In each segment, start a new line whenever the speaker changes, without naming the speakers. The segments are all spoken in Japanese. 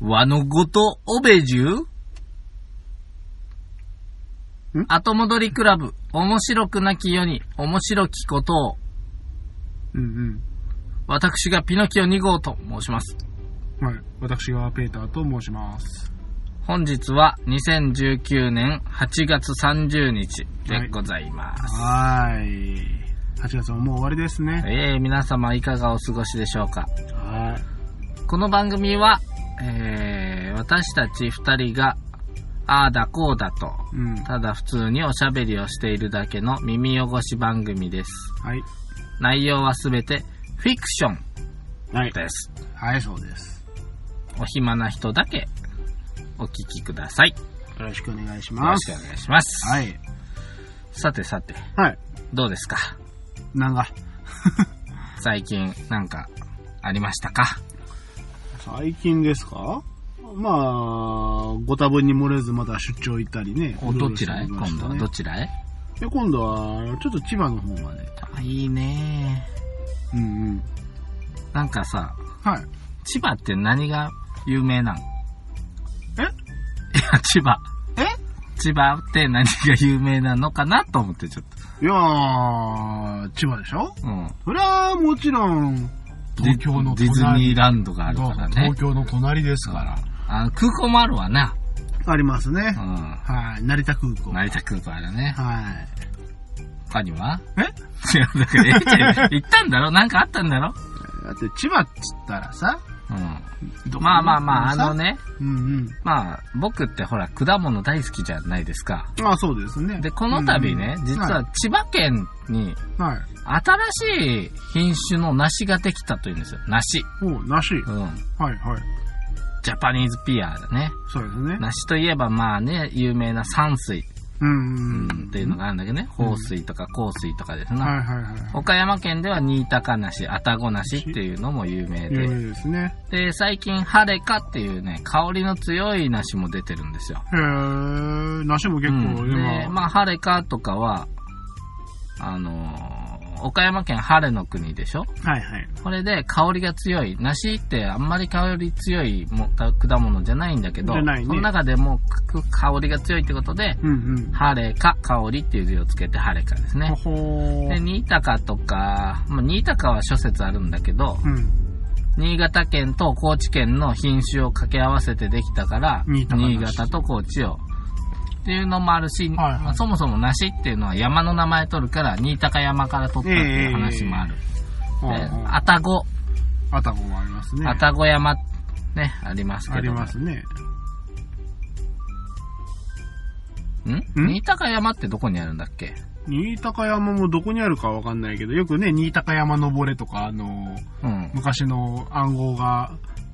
和のごとオベジュ後戻りクラブ、面白くなき世に、面白きことを、
うん
私がピノキオ2号と申します。
うん。はい。私がペーターと申します。
本日は2019年8月30日でございます。
はーい。8月ももう終わりですね。
えー、皆様いかがお過ごしでしょうか
は
この番組は、えー、私たち二人が、ああだこうだと、
い。うん。
ただ普通におしゃべりをしているだけの耳汚し番組です。
はい。
内容はすべてフィクション
はい。
です。
はい、そうです。
お暇な人だけお聞きください。よ
よろしくお願いしま
ろ
す。
しくお願いします。
はい。
さてさて、
はい。
どうですか
なんか、
最近なんかありましたか
最近ですかまあ、ご多分に漏れずまた出張行ったりね。
おどちらへ
いろい
今
ろして
度は
きましたね
どちらへ
で今度は、ちょっと千葉の方まで。
あいいね
うんうん。
なんかさ、
はい。
千葉って何が有名なん
え
いや、千葉。
え
千葉って何が有名なのかなと思ってちょっ
いやー、千葉でしょ
と。うん。
そりゃもちろん、東京の
ディディズニー
隣。
ランドがあるからね
東。京の隣ですか
あ空港もあるわな。
ら。ありますね
う。ん。
はい。成田空港。はい。
成田空港あるね。他には
え
いや、だから、ええじゃん 行ったんだろなんかあったんだろ
だって千葉っつったらさ、
うん。
どこ
まあまあまあ、あ
さ
の。ね。
うんうん。
まあ、僕ってほら、果物大好きじゃないですか。
まあそうですね。
で、この度ね
う、んうん
実は千葉県に
はい。はい。
新しい品種の梨ができたというんですよ。梨。
お梨。
うん。
はいはい。
ジャパニーズピアだね。
そうですね。
梨といえばまあね、有名な山水、
うん
う
うん
ん
うん。
っていうのがあるんだけどね。豊水とか香水とかです
は
な。
いはいは
岡山県では新高梨、愛宕梨っていうのも有名
い。有
で。
名ですね。
で、最近、ハレカっていうね、香りの強い梨も出てるんですよ。
へー、梨も結
う
構
んで、
今。
まあ、ハレカとかは、あのー岡山県晴れの国でしょ
はいはい。
これで香りが強い。梨ってあんまり香り強いも果物じゃないんだけど、
じゃないね
その中でもくく香りが強いってことで、
うんうん。
ハレカ、香りっていう字をつけてハレカですね。
ほほ
で、
ー。
新高とか、まあ、新高は諸説あるんだけど、
うん。
新潟県と高知県の品種を掛け合わせてできたから、
新高梨
新潟と高知を。っていうのもあるし、
はい
まあそもそも梨っていうのは山の名前取るから、新高山から取ったっていう話もある。で、
あ
愛宕、
あたごもありますね。
愛宕山、ね、ありますけど。
ありますね。
ん
ん
新高山ってどこにあるんだっけ
新高山もどこにあるかわかんないけど、よくね、新高山登れとか、あの、
うん。
昔の暗号が、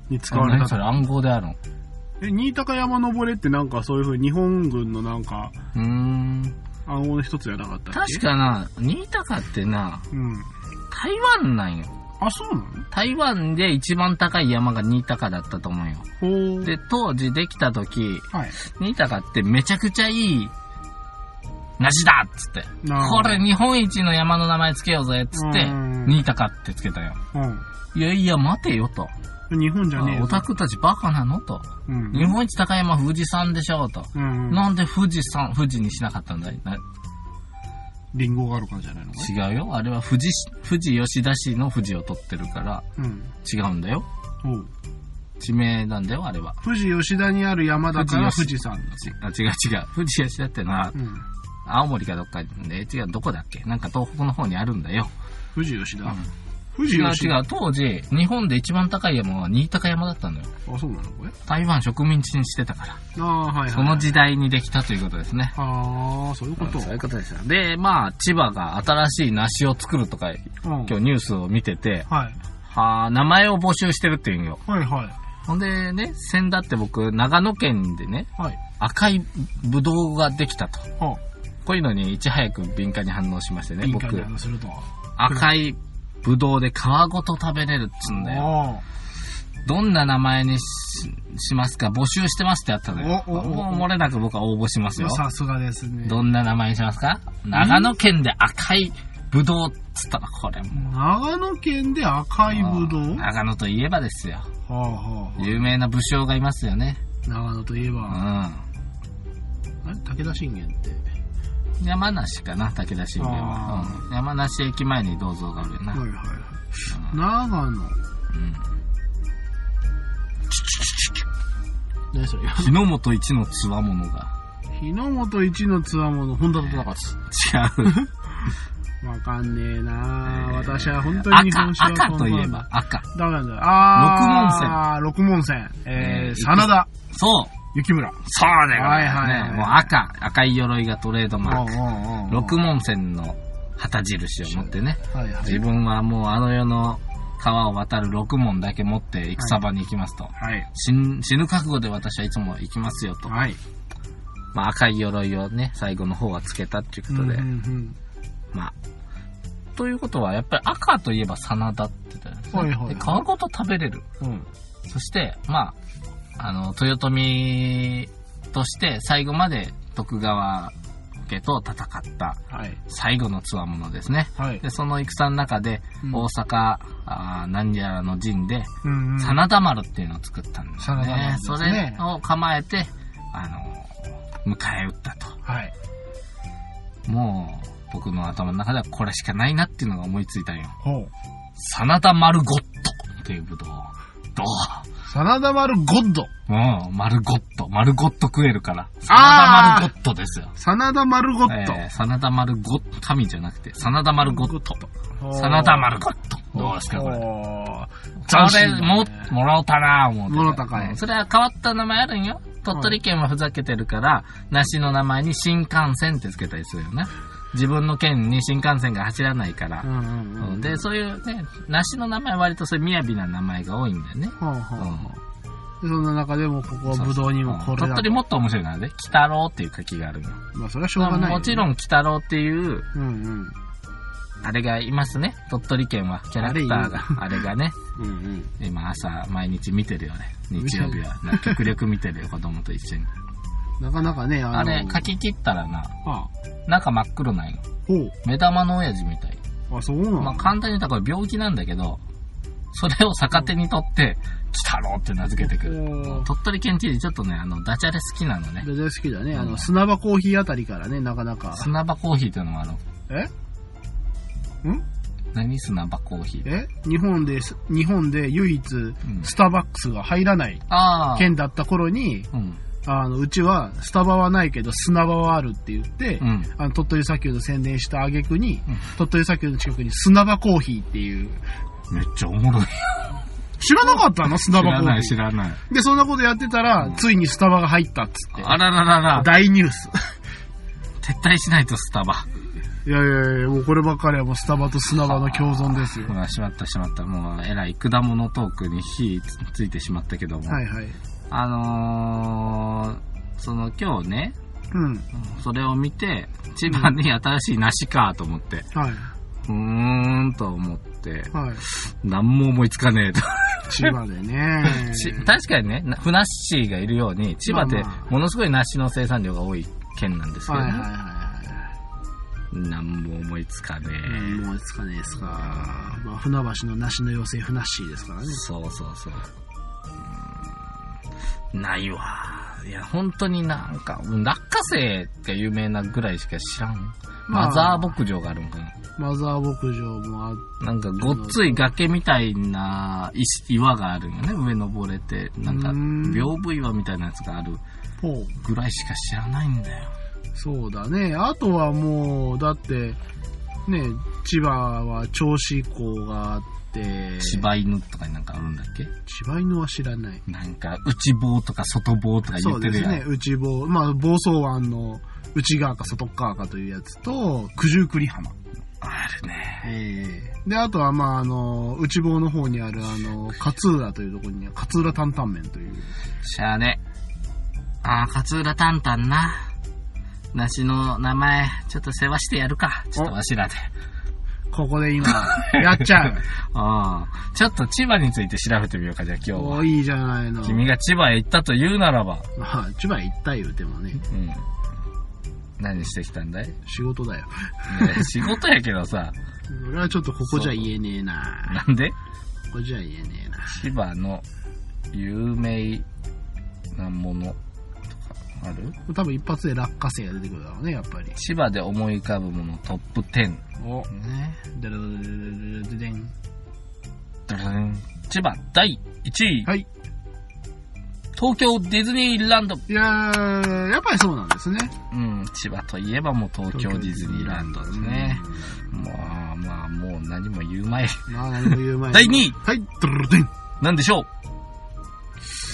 に使われ
何
た
そ
と
れ暗号であるの
え、新高山登れってなんかそういう風に日本軍のなんか
うーん。
暗号の一つやなかったっけ
確かな、新高ってな、
うん。
台湾なんよ。
あ、そうなの
台湾で一番高い山が新高だったと思うよ。
ほー。
で、当時できた時、
はい。
新高ってめちゃくちゃいい梨だっつって。
なるほ
こ
ど
れ日本一の山の名前つけようぜっつって
うん、
新高ってつけたよ。いやいや、待てよと。
うん。日本じゃねえ
オタクたちバカなのと。
うん。
日本一高い山富士山でしょと。
うん。
なんで富士山、富士にしなかったんだいな
リンゴがあるからじゃないのか
違うよ。あれは富士市、富士吉田市の富士を取ってるから
うん。
違うんだよ。
ほう。
地名なんだよ、あれは。
富士吉田にある山だか
富
ら富
士
士山だ
ちあ違う違う。富士吉田ってのは
うん。
青森かどっかで、違う、どこだっけなんか東北の方にあるんだよ。
富士吉田、
うん
富士
違う
吉
違
田
う、当時、日本で一番高い山は新高山だったのよ。
あ、そうなのこれ
台湾植民地にしてたから。
ああ、はい、はい。
その時代にできたということですね。
ああ、そういうこと。
そういうことですよ。で、まあ、千葉が新しい梨を作るとか、
うん
今日ニュースを見てて、
はい。
はあ、名前を募集してるっていうんよ。
はいはい。
ほんでね、先だって僕、長野県でね、
はい。
赤いブドウができたと。
は
こういうのにいち早く敏感に反応しまして
あ、
ね、
敏感に
僕、
話すると。
赤いブドウで皮ごと食べれるっつうんだよ。
あ
どんな名前にししますか募集してますってあったのよ。
おおお
もう漏れなく僕は応募しますよ
あ、。さすがですね。
どんな名前にしますか長野県で赤いぶどうっつったらこれも
長野県で赤いぶどう
う
は
長野といえばですよ。
あはあは
有名な武将がいますよね。
あ長野といえ
う
ば、
ん。
あれ武田信玄って。
山梨かな、武田信玄は
あ、
うん山梨駅前に銅像があるよな。
は
う
い
ん
はいはい。長野。何それ
日の本一のつわものが。
日の本一のつわもの、本田忠勝。
違 う。
わかんねえなあ
えー
私は本当
赤
に日本酒は
赤といえば。赤。
ダメなんだよ。あー、六門線。六門線。
えー
えー、真田、
そう。
雪村。
そうだよ、ね。
はいはいはい
もう赤。赤い鎧がトレードマーク。
あ
六門線の旗印を持ってね。
はいは
自
い。
分はもうあの世の川を渡る六門だけ持って戦場に行きますと。
はい。
死ん死ぬ覚悟で私はいつも行きますよと。
はい。
まあ、赤い鎧をね、最後の方はつけたっていうことで。
うんうん
まあ。ということは、やっぱり赤といえば真田って言ったよね。
はいはいは
で
い
皮ごと食べれる。
うんうん
そして、まあ、あの、豊臣として最後まで徳川家と戦った
はい。
最後の強者ですね。
はい
で、。その戦の中で、
うん
大阪、あー何やらの陣で、
うんうん
真田丸っていうのを作ったんです
真田丸
ね
で。
そ
す
れ
ね
を構えて、あの、迎え撃ったと。
はい。
もう、僕の頭の中ではこれしかないなっていうのが思いついたんよ。
ほう。
真田丸ゴッドっていうぶどう。どう
真田丸ゴッド。
うん、丸ゴッド。丸ゴッド食えるから。真
あ
田
ー
丸ゴッドですよ。
真田丸ゴッド。
えー、真田丸ゴッド。神じゃなくて、真田丸ゴッド。
ほう
真田。丸ゴッド。どうですか、これ。
ほ
そ
斬新
れ、
だね
も、もろうたなぁ、思うてた。
もろたかい
うんそれは変わった名前あるんよ。鳥取県はふざけてるから、梨の名前に新幹線って付けたりするよね。自分の県に新幹線が走らないか
う
ら。
んうんう。
うんんで、そういうね、梨の名前は割とそういう雅な名前が多いんだよね。
ほう
う
ほう。
ん
でそんな中でもここはブドウにもこれだ
鳥
と
取もっと面白いのはね、鬼太郎っていう柿があるの。
まあそれはしょうがない。
もちろ
ん。
ん鬼太郎っていう、
うん
あれがいますね。鳥取県は、キャラクターが。あれがね、
うん。うんうん。
今朝毎日見てるよね。日曜日は。なんか極力見てるよ、子供と一緒に。
なかなか ね、あの
あれ、書き切ったらな、
あ
中真っ黒なんよ。
ほう。
目玉の親父みたい。
あ、そうなの、
まあ、簡単に言ったらこれ病気なんだけど、それを逆手に取って、来たろうって名付けてくる。
おー
鳥取県知事ちょっとね、あの、ダジャレ好きなのね。
大好きだね。あ
うん
の、砂場コーヒーあたりからね、なかなか。
砂場コーヒーっていうのもある。
えん
何砂場コーヒー。
え日本で、す日本で唯一、スターバックスが入らない
ああ。
県だった頃に、
うん。
あの、うちはスタバはないけど砂場はあるって言って、
うん。
あの、鳥取砂丘の宣伝した挙句に、
うん
鳥取砂丘の近くに砂場コーヒーっていう、
めっちゃおもろい。
知らなかったの砂
知
場
ら
コ
な
ー
い、
ヒ
知らない。
ー。で、そんなことやってたら、
うん
ついにスタバが入ったっつって。
あらららら、
大ニュース。
撤退しないとスタバ。
いやいやいや、もうこればっかりはもうスタバと砂場の共存ですよ。
ほら、しまったしまった。もう、えらい果物トークに火つついてしまったけども。
はいはい。
あのー、その今日ね、
うん。
それを見て、千葉に新しい梨かと思って、
はい。
うーんと思って、
はい。
何も思いつかねえと。。
千葉でね
ち確かにね、なふなっしーがいるように、千葉って
まあまあ
ものすごい梨の生産量が多い県なんですけど
はいはい
ね、
はいは
何も思いつかねえ。
い。うんもういつかねですか。まあ、船橋の梨の妖精、ふなっしーですからね。
そうそうそう。うーんないわ。いや、本当になんか、うん落花生が有名なぐらいしか知らん。
まあ
マザー牧場があるんかな。
マザー牧場もあっ
なんかごっつい崖みたいな石岩があるよね、上登れて。なんか
うーん、
屏風岩みたいなやつがある
ぽう。
ぐらいしか知らないんだよ。
そうだね。あとはもう、だって、ね、千葉は銚子港があって、
柴犬とかになんかあるんだっけ
千葉犬は知らない。
なんか、内棒とか外棒とか言
そ
っ
う
て
で
る
す
やん。
ね。内房、まあ、房総湾の内側か外側かというやつと、九十九里浜。
あるね。
で、あとは、まあ、あの、内房の方にある、あの、勝浦というところには、勝浦担々麺という。
しゃあね。ああ、勝浦タンタンな。梨の名前、ちょっと世話してやるか。ちょっとわしらで。
ここで今、やっちゃう。
ああ。ちょっと千葉について調べてみようか、じゃあ今日
お
は。
ーいいじゃないの。
君が千葉へ行ったと言うならば。
まあ、千葉へ行った言うてもね。
うん。何してきたんだい、ね
仕事だよ。
え仕事やけどさ、
俺はちょっとここじゃ言えねえな。
なんで
ここじゃ言えねえな。
千葉の有名なものとかある
多分一発で落花生が出てくるだろうね、やっぱり。
千葉で思い浮かぶものトップ10。
おね。でるるるるるるでん。
ドドドン千葉第1位、
はい。
東京ディズニーランド。
いやー、やっぱりそうなんですね。
うん、千葉といえばもう東京ディズニーランドですね。まあまあ、もう何も言う前。
まあ何も言う前に。
第2位
はい、ドゥルルデン。
なんでしょう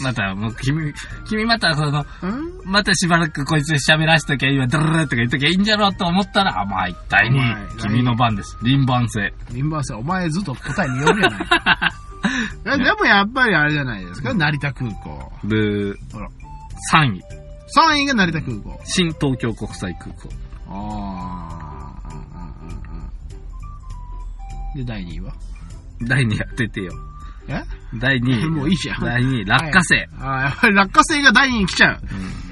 また、もう君、君またその、
うん
またしばらくこいつ喋らしときゃ今、ドゥルルルとか言っときゃいいんじゃろうと思ったら、まあ一体に
お前、
君の番です。臨番制。
リンバースはお前ずっと答え見よるやないか。いやでもやっぱりあれじゃないですか、成田空港。
ブー、
ほら。
3位、
3位が成田空港。
新東京国際空港。
あー。うんうんうんうんで、第2位は
第2位当ててよ。
え
第2位。
もういいじゃん
第2位、落花生。
あーやっぱり落花生が第2位に来ちゃう。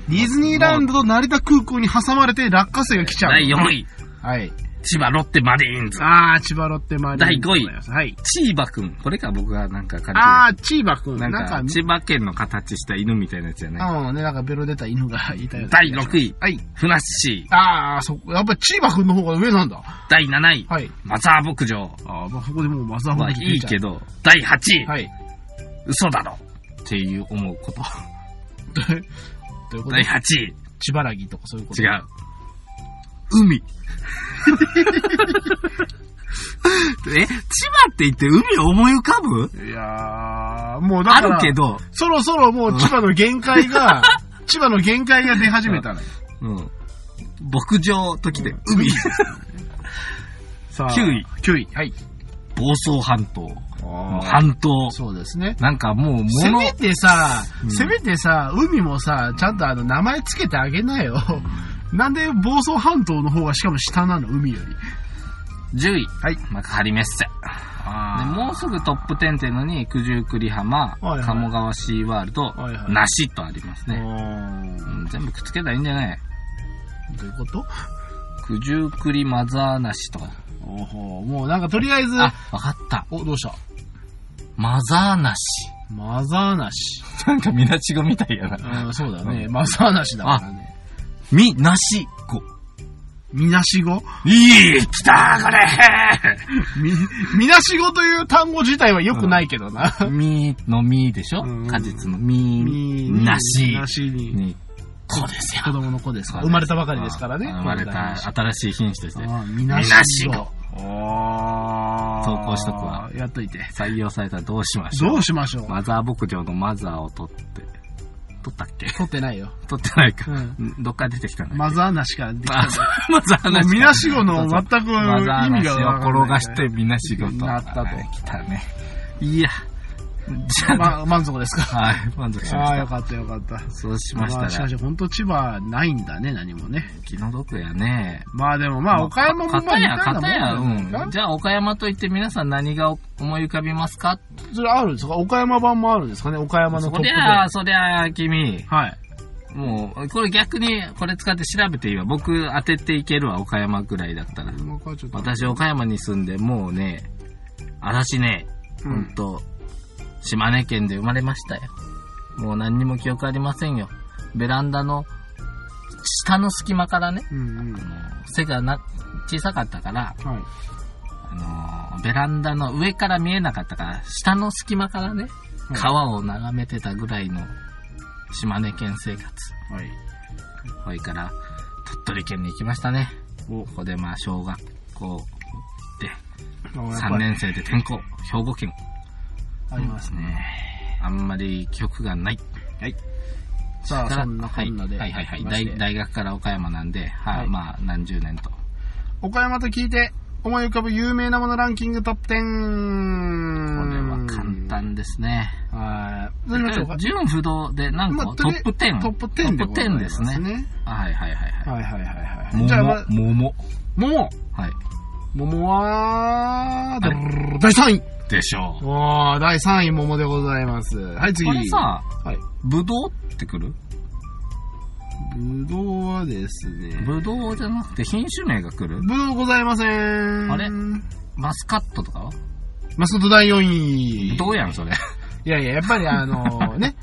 ディズニーランドと成田空港に挟まれて落花生が来ちゃう。
第4位、
はい。
千葉ロッテマリーンズ。
あー、千葉ロッテマリーンズ
第五位
でございますはい。
チーバくん。これか、僕がなんか借り
あー、千葉くん。
てる。なんか、千葉県の形した犬みたいなやつじゃない。
うん、ね、なんかベロ出た犬がいたよ。
第6位、
はい。
ふなっしー。
あー、そこ、やっぱり千葉くんの方が上なんだ。
第7位、
はい。
マザー牧場。
あー、まあ、そこでもうマザー
まあ、いいけ
ど。
ど、第8位、
はい。
嘘だろ。っていう思うこと。
どういうどういうこと
第8位、
千葉らぎとかそういうこと
違う。海。 え、千葉って言って海思い浮かぶ
いやー、もうだ
あ
から、
るけど、
そろそろもう千葉の限界が、 千葉の限界が出始めたのよ。
うん。牧場ときて海。
さあ
9位。
9位。はい。
房総半島。半島。
そうですね。
なんかもう、も
せ
の、
めてさ、
うん
せめてさ、海もさ、ちゃんとあの、名前つけてあげなよ。なんで房総半島の方がしかも下なの、海より。
10位。
はい。
幕張メッセ。で、もうすぐトップ10っていうのに、九十九里浜、
はいはい
鴨川シーワールド、
はいはい
梨とありますね、
ね。
うん全部くっつけたらいいんじゃない
どういうこと
九十九里マザー梨とか。
おほもうなんかとりあえず、
あ、わかった。
お、どうした
マザー梨。
マザー なし。
なんかみなちごみたいやな。
うん、そうだね。マザーなしだからね。
み、なしご。
みなしご
いい来たーこ
み、みなしごという単語自体は良くないけどな。
れみのみでしょ
うん
果実のみ、
み
なし。
なしに。
に、こうですよ。
子供の子ですから。生まれたばかりですからね。
あ生まれた新しい品種として。
あ。み
な
な
し
し
ご
ご。おー
投稿しとくわ。
やっといて。
採用されたらどうしましょう
どうしましょう
マザー牧場のマザーを取って、取ったっけ
撮ってないよ。
取ってないか。
うん
どっから出てきたんだっ
マザーなしから出て き
けマ
た。
ザー、マザーなし。
みなしごの全く意
マザーな
味
し
がわか
を
んない
転がしてみなしごと。
なったと
はい来たね。いや。じゃあ、
ま、満足ですか
はい、満足しま
ああ、
し
よ
た。
かったよかった。
そうしま
まあ
し、
したからし、本当千葉ないんだね、何もね。
気の毒やね。
まあでもまあ、岡山もまあ、
片や、
似たよう
片や、
なもんだ
う
よ
ん。じゃあ、岡山といって皆さん何が思い浮かびますか
それあるんですか岡山版もあるんですかね岡山のトッ
そ
プで。
りゃあ、そりゃあ、君。
はい。
もう、これ逆に、これ使って調べていいわ。僕、当てていけるわ、岡山ぐらいだったら。
僕はちょっと
私、岡山に住んで、もうね、私ね、
う
ほ
ん
んと、島根県で生まれましたよ。もう何にも記憶ありませんよ。ベランダの、下の隙間からね、
うんうん。
あの背がな、小さかったから、
はい。
あの、ベランダの上から見えなかったから、下の隙間からね、
はい
川を眺めてたぐらいの島根県生活。
はい。
これから、鳥取県に行きましたね。
お
こ、こでまあ、小学校で、
やっぱ
3年生で転校、兵庫県
ありますね。
ね。あんまり記憶がない。はい。
さあ、
から
そんなこんなで。
はいはいはい
ま
は
し
い
て
大。大学から岡山なんで、はい、
はい
まあ、何十年と。
岡山と聞いて、思い浮かぶ有名なものランキングトップ10。これ
これは簡。単ですね。
はい。どうしましょうか
純不動で何個、
まあ
ト
とりあえ
ッ
ず
プ 10?
トップ10
ト
でご
ップ
ざい
10
ま
ですね。。はいはいはいはい。
はいはいはいはい。じゃあ、ま
桃
あ、、
桃。
桃。
はい。
桃は、
あれ
第3位。
でしょう。
おー、第3位桃でございます。はい、次。
これさ、
はい。
ぶどうってくる
ぶどうはですね、
ぶどうじゃなくて品種名が来る
ぶどうございません。
あれマスカットとかは
マスコット第4位。
どうやん、それ。
いやいや、やっぱりあ のね、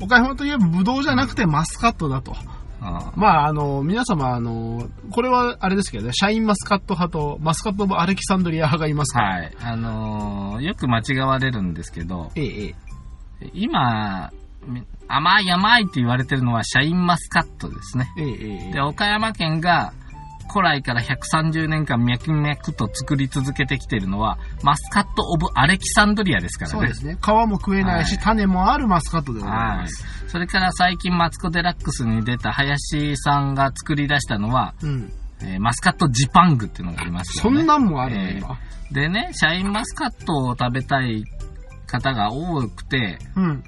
お買い物といえばぶどうじゃなくてマスカットだと。
あ
まあ、あの、皆様、あの、これはあれですけどね、シャインマスカット派とマスカット・オブ・アレキサンドリア派がいます
あ
から。
はい。あのーよく間違われるんですけど、
ええ、ええ。
今、み甘い甘いって言われてるのはシャインマスカットですね。
ええ、ええ
で、。岡山県が古来から130年間脈々と作り続けてきてるのは、マスカット・オブ・アレキサンドリアですからね。
そうですね。皮も食えないし、種もあるマスカットでござい
は
ま
い
す。。
それから最近マツコ・デラックスに出た林さんが作り出したのは、
うん。
えーマスカット・ジパングっていうのがありますよ
そ
ね。
んなんもある
ええ
ね、今。
でね、シャインマスカットを食べたい方が多くて、
うん。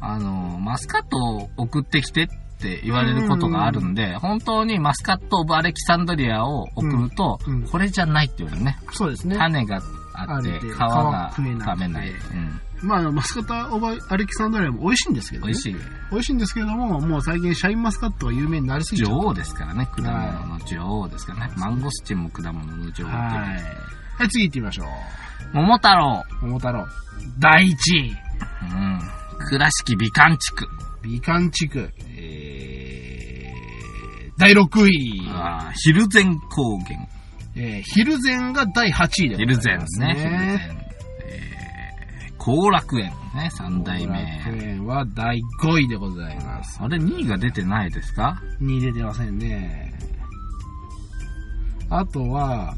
あの、マスカットを送ってきてって言われることがあるんで、本当にマスカット・オブ・アレキサンドリアを送ると、
うんうん
これじゃないって言われるね。
そうですね。
種があって
あ、って
皮が食
皮食
べ
え
な。
ないくて
うん
まああの、マスカット・オブ・アレキサンドリアも美味しいんですけど
美
ね。
味しい。
美味しいんですけれども、もう最近シャインマスカットが有名になりすぎちゃ
女
っ
王ですからね、果物の女王ですからね。マンゴスチンも果物の女王っていう
た。はい。はい、次行ってみましょう。
桃太郎。
桃太郎。第1位。
うん。倉敷美観地区。
美観地区。えー、第6位。
あー蒜山高原。
えー、ヒルゼンが第8位で
ヒ
ご
ル
ざ
ゼ
い
ンで
ますす
ね。
ね。
ヒルゼン。えー、後楽園ね、三代
後楽
目。
園は第5位でございます。
あれ、2位が出てないですか
に出てませんね。あとは、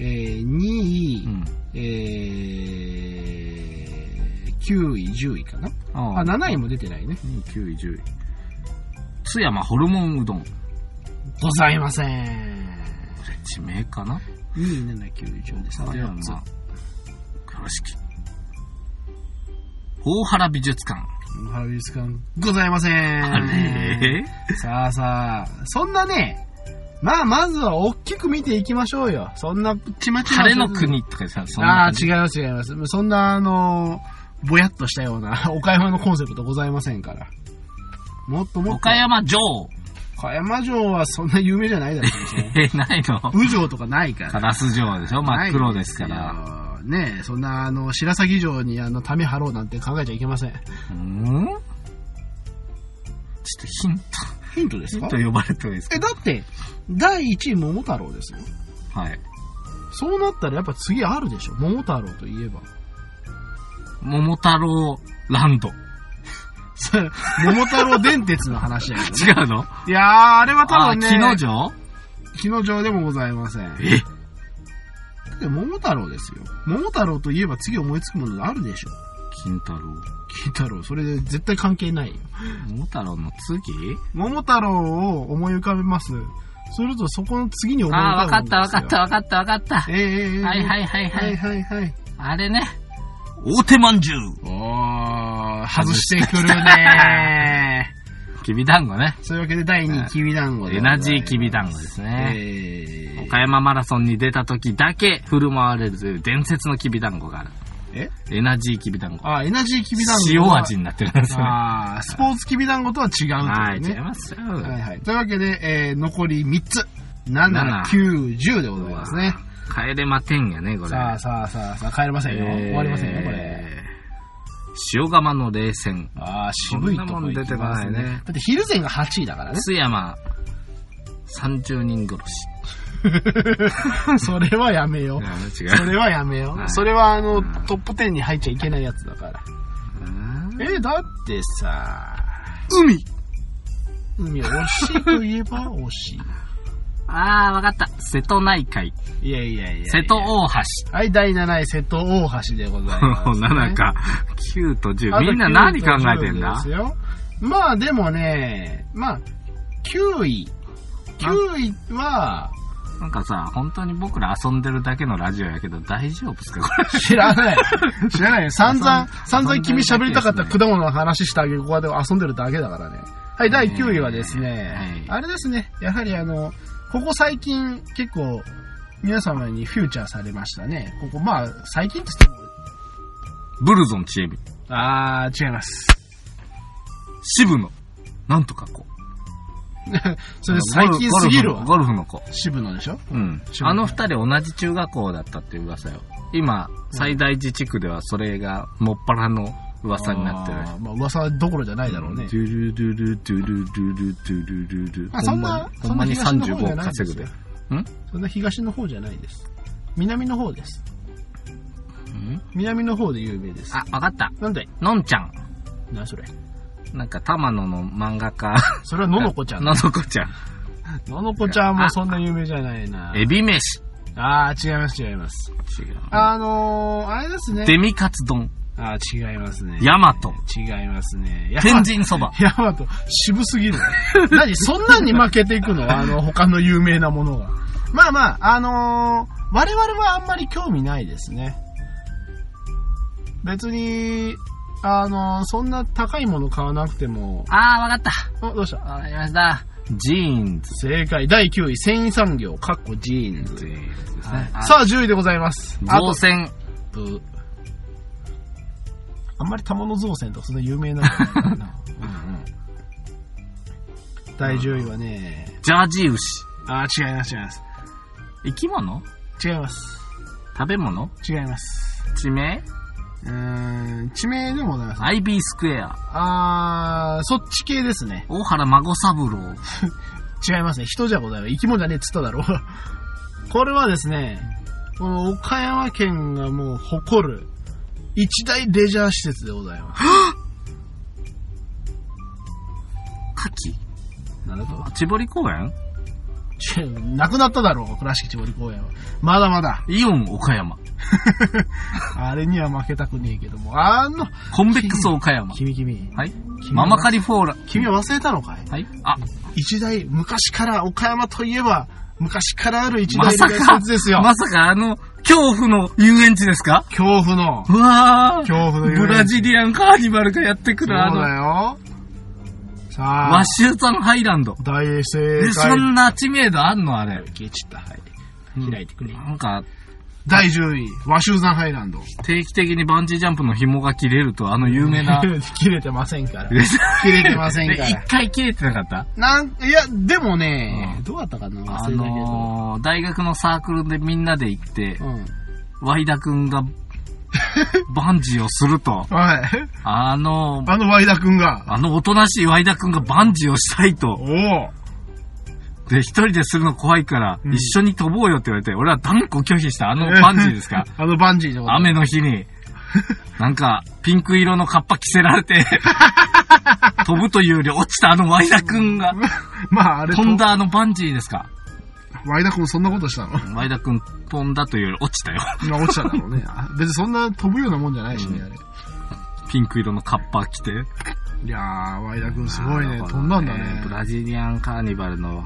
えー、2位、
うん。
えー、9位、10位かな。あ、
ああ、
7位も出てないね。
2位、9位、10位。津山ホルモンうどん。こ
ございません。
れ、地名かな
2位、7位、9位、10位です
あ
ね。
れはま
四つ
あ、倉敷。大原美術館。
ハウス館、ございません。
あれ
さあさあ、そんなね、まあまずは大きく見ていきましょうよ。そんなちまちま。
晴れの。国とかさ、そんな
ああ、
感
違
じ。
います違います。そんなあの、ぼやっとしたようなお買い物のコンセプトございませんから。もっともっと。
岡山城。
岡山城はそんな有名じゃないだろうしね。
えー、ないの
宇城とかないから。
カラス城でしょ真っ黒ですから。
ら。ねえ、そんな、あの、白鷺城に、あの、ため張ろうなんて考えちゃいけません。
うんちょっとヒント、
ヒントで
ヒント呼ばれてもいいですか
え、だって、第1位桃太郎ですよ。
はい。
そうなったらやっぱ次あるでしょ。桃太郎といえば。
桃太郎ランド。
それ桃太郎電鉄の話だけどね。
違うの
いやー、あれは多
あ、
分ね、
木の城
木の城でもございません。だ
え
って桃太郎ですよ。桃太郎といえば次思いつくものがあるでしょ。
金太郎。
金太郎、それで絶対関係ないよ。
桃太郎の次
桃太郎を思い浮かべます。するとそこの次に思い浮
あー、わか
か
っ
べ
た
ま
わ
す
かった
わか
わ
っ
かったわかった。
た。ええええええ。
はいはいいはいは
はい
い。
はいはい。
あれね。大手まんじゅう。
おー、外してくるね
きびだんごね。
ー。そういうわけで第2位、きびだんごで
エ
ござい
ナ
ます。
ジーきびだんごですね。
えー
岡山マラソンに出た時だけ振る舞われるという伝説のきびだんごがある。
え
エナジーきびだんご。
あ、エナジーきびだんご。
塩味。になってるんですね。
ああ、スポーツきびだんごとは違
は
う
い、
と
違
いう
い
ね。
ますよ。
はいはい。というわけで、えー、残り3つ。7、9、10でございますね。
帰れまてんやね、これ。
さあさあさあさあ、帰れませんよ。終わりませんよ、これ。。
塩釜の冷戦。
ああ、渋いと
こ
こ
んなもん出てこないね
行きますだって、ヒルゼンが8位だ からね。
津山、30人殺し。
それはやめよう。
違
それ
う。
はやめよ。
はいう
それは、あの
ん、
トップ10に入っちゃいけないやつだから。
うん
えー、だってさ、海海、惜しいと言えば惜しい。
あー、わかった。瀬戸内海。
いやいやいやいや
瀬戸大
はい、第7位、瀬戸大橋でございます、
橋。7か。9と10。みんな何考えてん
あ
だ
と9位ですよまあでもね、まあ、9位。9位は、
なんかさ、本当に僕ら遊んでるだけのラジオやけど大丈夫ですかこれ。
知らない。 知らないよ。散々、散々君喋りたかった果物の話してあげる子はで遊んでるだけだからね。はい、第9位はですね、
は
あれですね、やはりあの、ここ最近結構皆様にフューチャーされましたね。ここまあ、最近って言っても、
ブルゾンチエビ。
あー、違います。
渋野。なんとかこう。
それ最近すぎるわ。
ゴルフの子。
渋野でしょ
うん。
中学
あの二人同じ中学校だったっていう噂よ。今、最大寺地区ではそれがもっぱらの噂になってるらしい
あーまあ噂どころじゃないだろうね
ド。ゥルドゥルドゥルドゥルドゥルドゥル
まあそんな、
ほんまに
そんな東の方じ
35
ゃ
を
ないです
稼
よ
ぐで。
そんな東の方じゃないです。南の方です。
ん
南の方で有名です。
あ、わかった。
なんだい
のんちゃん。
なそれ。
なんか、玉野の漫画家。
それはののこちゃん
の。
だ
のこちゃん。
ののこちゃんもそんな有名じゃないな。
エビ飯。
ああ、違います、違います。
違う。
あのー、あれですね。
デミカツ丼。
ああ、違いますね。
ヤマト。
違いますね。や
天神そば。
ヤマト、渋すぎる。 何そんなんに負けていくのあの、他の有名なものが。まあまあ、あのー我々はあんまり興味ないですね。別に、あのーそんな高いもの買わなくても、
あー、わかった。
あ、どうした
わかりました。ジーンズ。
正解。第9位、繊維産業、かっこジーンズ。
です
はい
ね。あ
さあ、10位でございます。あと
造船。
ブあんまり玉の造船とかそんな有名 なんじゃないからな。第10位はね、
ジャージー牛。
あー違います、違います。
生き物
違います。
食べ物
違います。
地名
うーん、地名でもございます。
?IB スクエア。
あー、そっち系ですね。
大原孫三郎。
違いますね。人じゃございません。生き物じゃねえっつっただろう。 これはですね、この岡山県がもう誇る一大レジャー施設でございます。
カキ
なるほど。
千堀公園
ちなくなっただろう、倉敷千堀公園は。まだまだ。
イオン岡山。
あれには負けたくねえけども。あの、
コンベックス岡山。
君君。
はい。
君
ママカリフォーラ。
君は忘れたのかい
はい。あ、
一大、昔から、岡山といえば、昔からある一
ま
大
さ
の施
か、
設ですよ。
まさかあの、恐怖の遊園地ですか
恐怖の、
うわー。
恐怖の遊園地
ブラジリアンカーニバルがやってく
そう
るあの、
だよ。さ
ワ
あ、
シュータンハイランド。
大正
で、そ
解。
んな知名度あんのあれ。
消えちった、はい。開いてくれ
なんか、
第10位、和州山ハイランド。
定期的にバンジージャンプの紐が切れると、あの有名な。
切れてませんから。
切
れてませんか ら
一回切れてなかった
なん、いや、でもね、
うん
どうだったかな忘れた
あ
けど。
のー、大学のサークルでみんなで行って、
うん。
ワイダ君がバンジーをすると、
はい。
あの、
あのワイダ君が。
あのおとなしいワイダ君がバンジーをしたい
お
と、
お。
で、一人でするの怖いから、
うん
一緒に飛ぼうよって言われて、俺は断固拒否したあのバンジーですか
あのバンジーのこと。
雨の日に、なんか、ピンク色のカッパ着せられ て、飛ぶというより落ちたあのワイダ君が、
まあ、あれ、
飛ん。だあのバンジーですか
ワイダ君そんなことしたの
ワイダ君飛んだというより落ちたよ。
今落ちたんだろう ね。あ別にそんな飛ぶようなもんじゃないしね、あれ。
ピンク色のカッパ着て。
いやー、ワイダ君すごいね。飛んだんだね。
ブラジリアンカーニバルの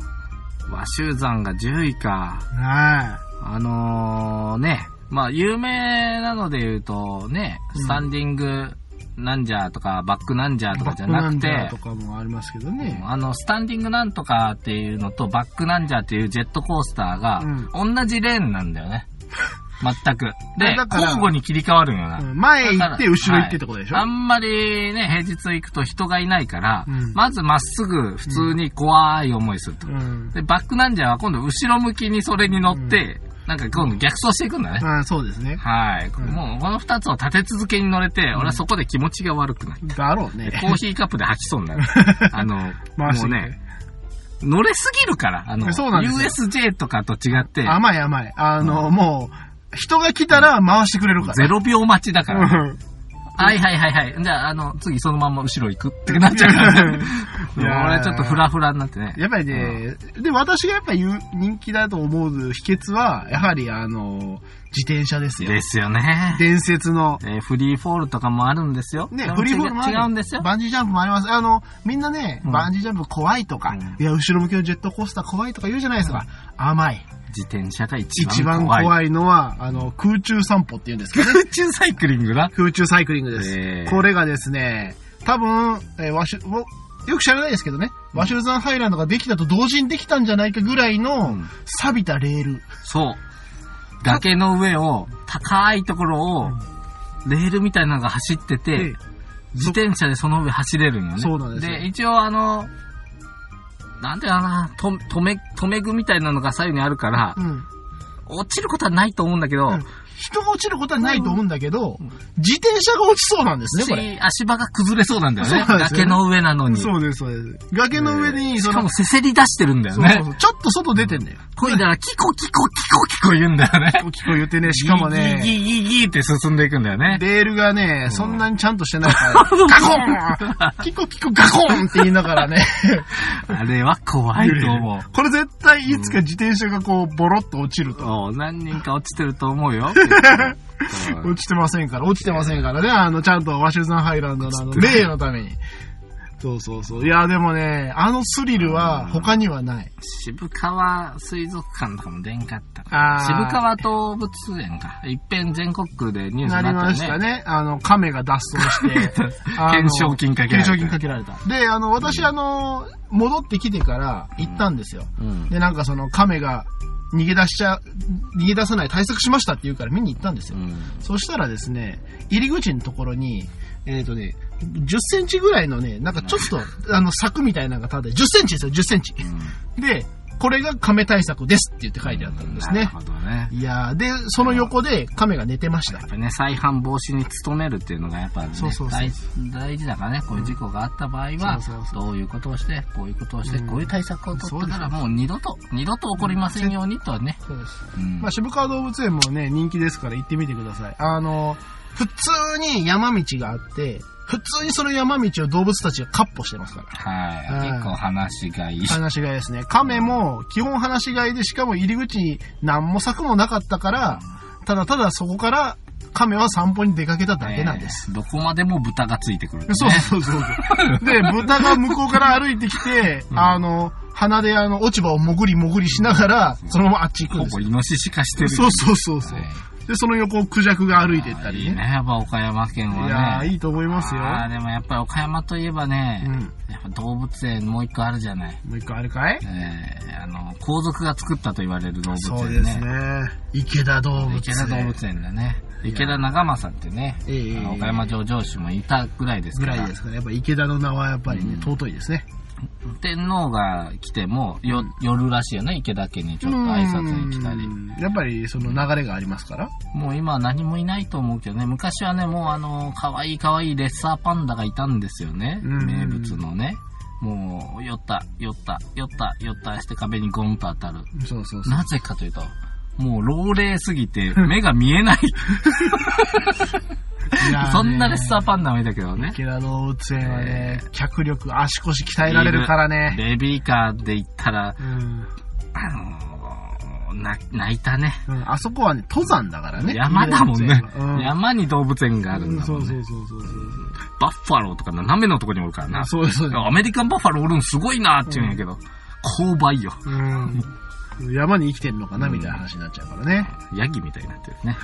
和州山が10位か。
は
あのー、ね、まあ有名なので言うとね、スタンディングなんじゃとか、バックなんじゃ
い。
とかじゃなくて、
バックナンバーとかもありますけどね。
あの、スタンディングなんとかっていうのと、バックなんじゃっていうジェットコースターが、同じレーンなんだよね。全く。で、
だから
交互に切り替わるんよな。
うん前行
だ
っ
か
て、
ら
後ろ行ってってことでしょ、
はいあんまりね、平日行くと人がいないから、
うん
まずまっすぐ普通に怖い思いすると。
うん。
で、バックなんじゃは今度後ろ向きにそれに乗って、なんか今度逆走していくんだね。
あーそうですね。
はい。
ん
もうこの二つを立て続けに乗れて、俺はそこで気持ちが悪くなる。
だろうね。
コーヒーカップで吐きそうにな る。あの、
回
もう
してきて
ね、乗れすぎるから、あの、
そうなんですよ
USJ とかと違って、
甘い甘い。あの、もう、人が来たら回してくれるから。
0秒待ちだから、
うん。
はいはいはいはい。じゃあ、あの、次そのまんま後ろ行くってなっちゃうからね
いやー
俺はちょっとフラフラになってね。
やっぱりね、で、私がやっぱり人気だと思う秘訣は、やはりあの、自転車ですよ。
ですよね。
伝説の。
えーフリーフォールとかもあるんですよ。
ね
で、も
フリーフォールもある
違う違うんですよ。
バンジージャンプもあります。あの、みんなね、
うん
バンジージャンプ怖いとか、
うん
いや、後ろ向きのジェットコースター怖いとか言うじゃないですか。甘い。
自転車が一
一
番
番
怖い。
怖いのは、あの、空中散歩って言うんですけど、ね、
空中サイクリングな。
空中サイクリングです。
えー
これがですね、多分、えーわし、およく知らないですけどね、ワシューザンハイランドができたと同時にできたんじゃないかぐらいの
ん、
錆びたレール。
そう。崖の上を、高いところを、レールみたいなのが走ってて、
ええ
自転車でその上走れるんよね。
そうなんですよ
一応あの、なんていうのかな、と、止め、止め具みたいなのが左右にあるから、
うん。
落ちることはないと思うんだけど、
うん人が落ちることはないと思うんだけど、自転車が落ちそうなんですね、これ。
し足場が崩れそうなんだよね。
そうなんですよね
崖の上なのに。
そうです、そうです。崖の上に、
し
そ
か
の
も、せせり出してるんだよ
そうそう
ね
そ。うちょっと外出てんだよ。
こいだら、キコキコキコキコ言うんだよ ね。
聞こえてね、しかも
ギ
ね、
ーギーギーギーって進んでいくんだよね。
レールがね、そんなにちゃんとしてない から、ガコンキ コキコガコンって言いながらね、
あれは怖いと思う。
これ絶対いつか自転車がこう、ボロッと落ちると。
おう何人か落ちてると思うよ。 うん
落ちてませんから、落ちてませんからね、あの、ちゃんとワシュザンハイランドのあの、
落ちてない
例のために。そうそうそう。いや、でもね、あのスリルは他にはない。
渋川水族館とかも出んかったな。
あー
渋川動物園か。一遍全国区でニュース
な
に
り
な
ま
っ
したた
よね。
ね。あの、亀が脱走して、 あの
懸賞金かけられた
懸賞金かけられた。で、あの、私、あの、戻ってきてから行ったんですよ。
うん
で、なんかその亀が逃げ出しちゃ、逃げ出さない対策しましたって言うから見に行ったんです
う
よ。
ん。
そしたらですね、入り口のところに、えっ、とね、10センチぐらいのね、なんかちょっと、あの、柵みたいなのが立って、10センチですよ、10センチ。で、これが亀対策ですって言って書いてあったんです
なる
ね。
ほどね。
いやー、で、その横で亀が寝てました
や。っぱね、再犯防止に努めるっていうのがやっぱ、ね、
そうそうそう
大大事だからね、こういう事故があった場合は、
そうそうそ
どういうことをして、こういうことをして、
うん
こういう対策を取ってから、
そうで
もう二度と、二度と起こりませんようにとはね。
そうです。
うん
まあ、渋川動物園もね、人気ですから行ってみてください。あの、普通に山道があって、普通にその山道を動物たちがカッポしてますから。
はい。
うん
結構話がいい。
放し飼いですね。亀も基本放し飼いで、しかも入り口に何も柵もなかったから、ただただそこから亀は散歩に出かけただけなんです。
ねどこまでも豚がついてくる、
そうそうそ うそう。で、豚が向こうから歩いてきて、あの、鼻であの、落ち葉を潜り潜りしながら、そのままあっち行くん
ほ
です
ぼ
よ。
イノシシ化してる。
そうそうそうそう。
はい
で、その横をクジャクが歩いてった
い
り
い
ね。
ね、やっぱ岡山県
いや
は
ー、
ね。
いいと思いますよ。
あーでもやっぱり岡山といえばね、
うん
やっぱ動物園もう一個あるじゃない。
もう一個あるかい
えー、あの、皇族が作ったと言われる動物
そうで
園
す
ね。
ね。池田動物園。
池田動物園だね。池田長政ってね、
ええ
あの岡山城城主もいたぐらいです
ぐ
から
い
ら、
ですかね。やっぱ池田の名はやっぱりね、尊いですね。
天皇が来てもよ、寄るらしいよね、池田家にちょっと挨拶に来たり
う。んやっぱりその流れがありますから。
もう今は何もいないと思うけどね、昔はね、もうあの、可愛い可愛いレッサーパンダがいたんですよね、
うん
名物のね。もう、寄った、寄った、寄った、寄ったして壁にゴンと当たる。
そうそ うそう。
なぜかというと、もう老齢すぎて目が見えない。
いやーね
そんなレッサーパンダもいたけどね。
池田動物園はね、脚力、足腰鍛えられるからね。
ベビーカーで行ったら、
うん。
あのーな、泣いたね。
うんあそこはね、登山だからね。
山だもん
池
ね
田動物園はうん。
山に動物園があるん
うん
だ
そ
もん
う
ね。
そうそうそうそう。
バッファローとか斜めのとこにおるからな。
そうですそうです。
アメリカンバッファローおるんすごいなって言うんやけど、勾配よ。
うん。山に生きてるのかなみたいな話になっちゃうからね。
ヤギみたいになってるね。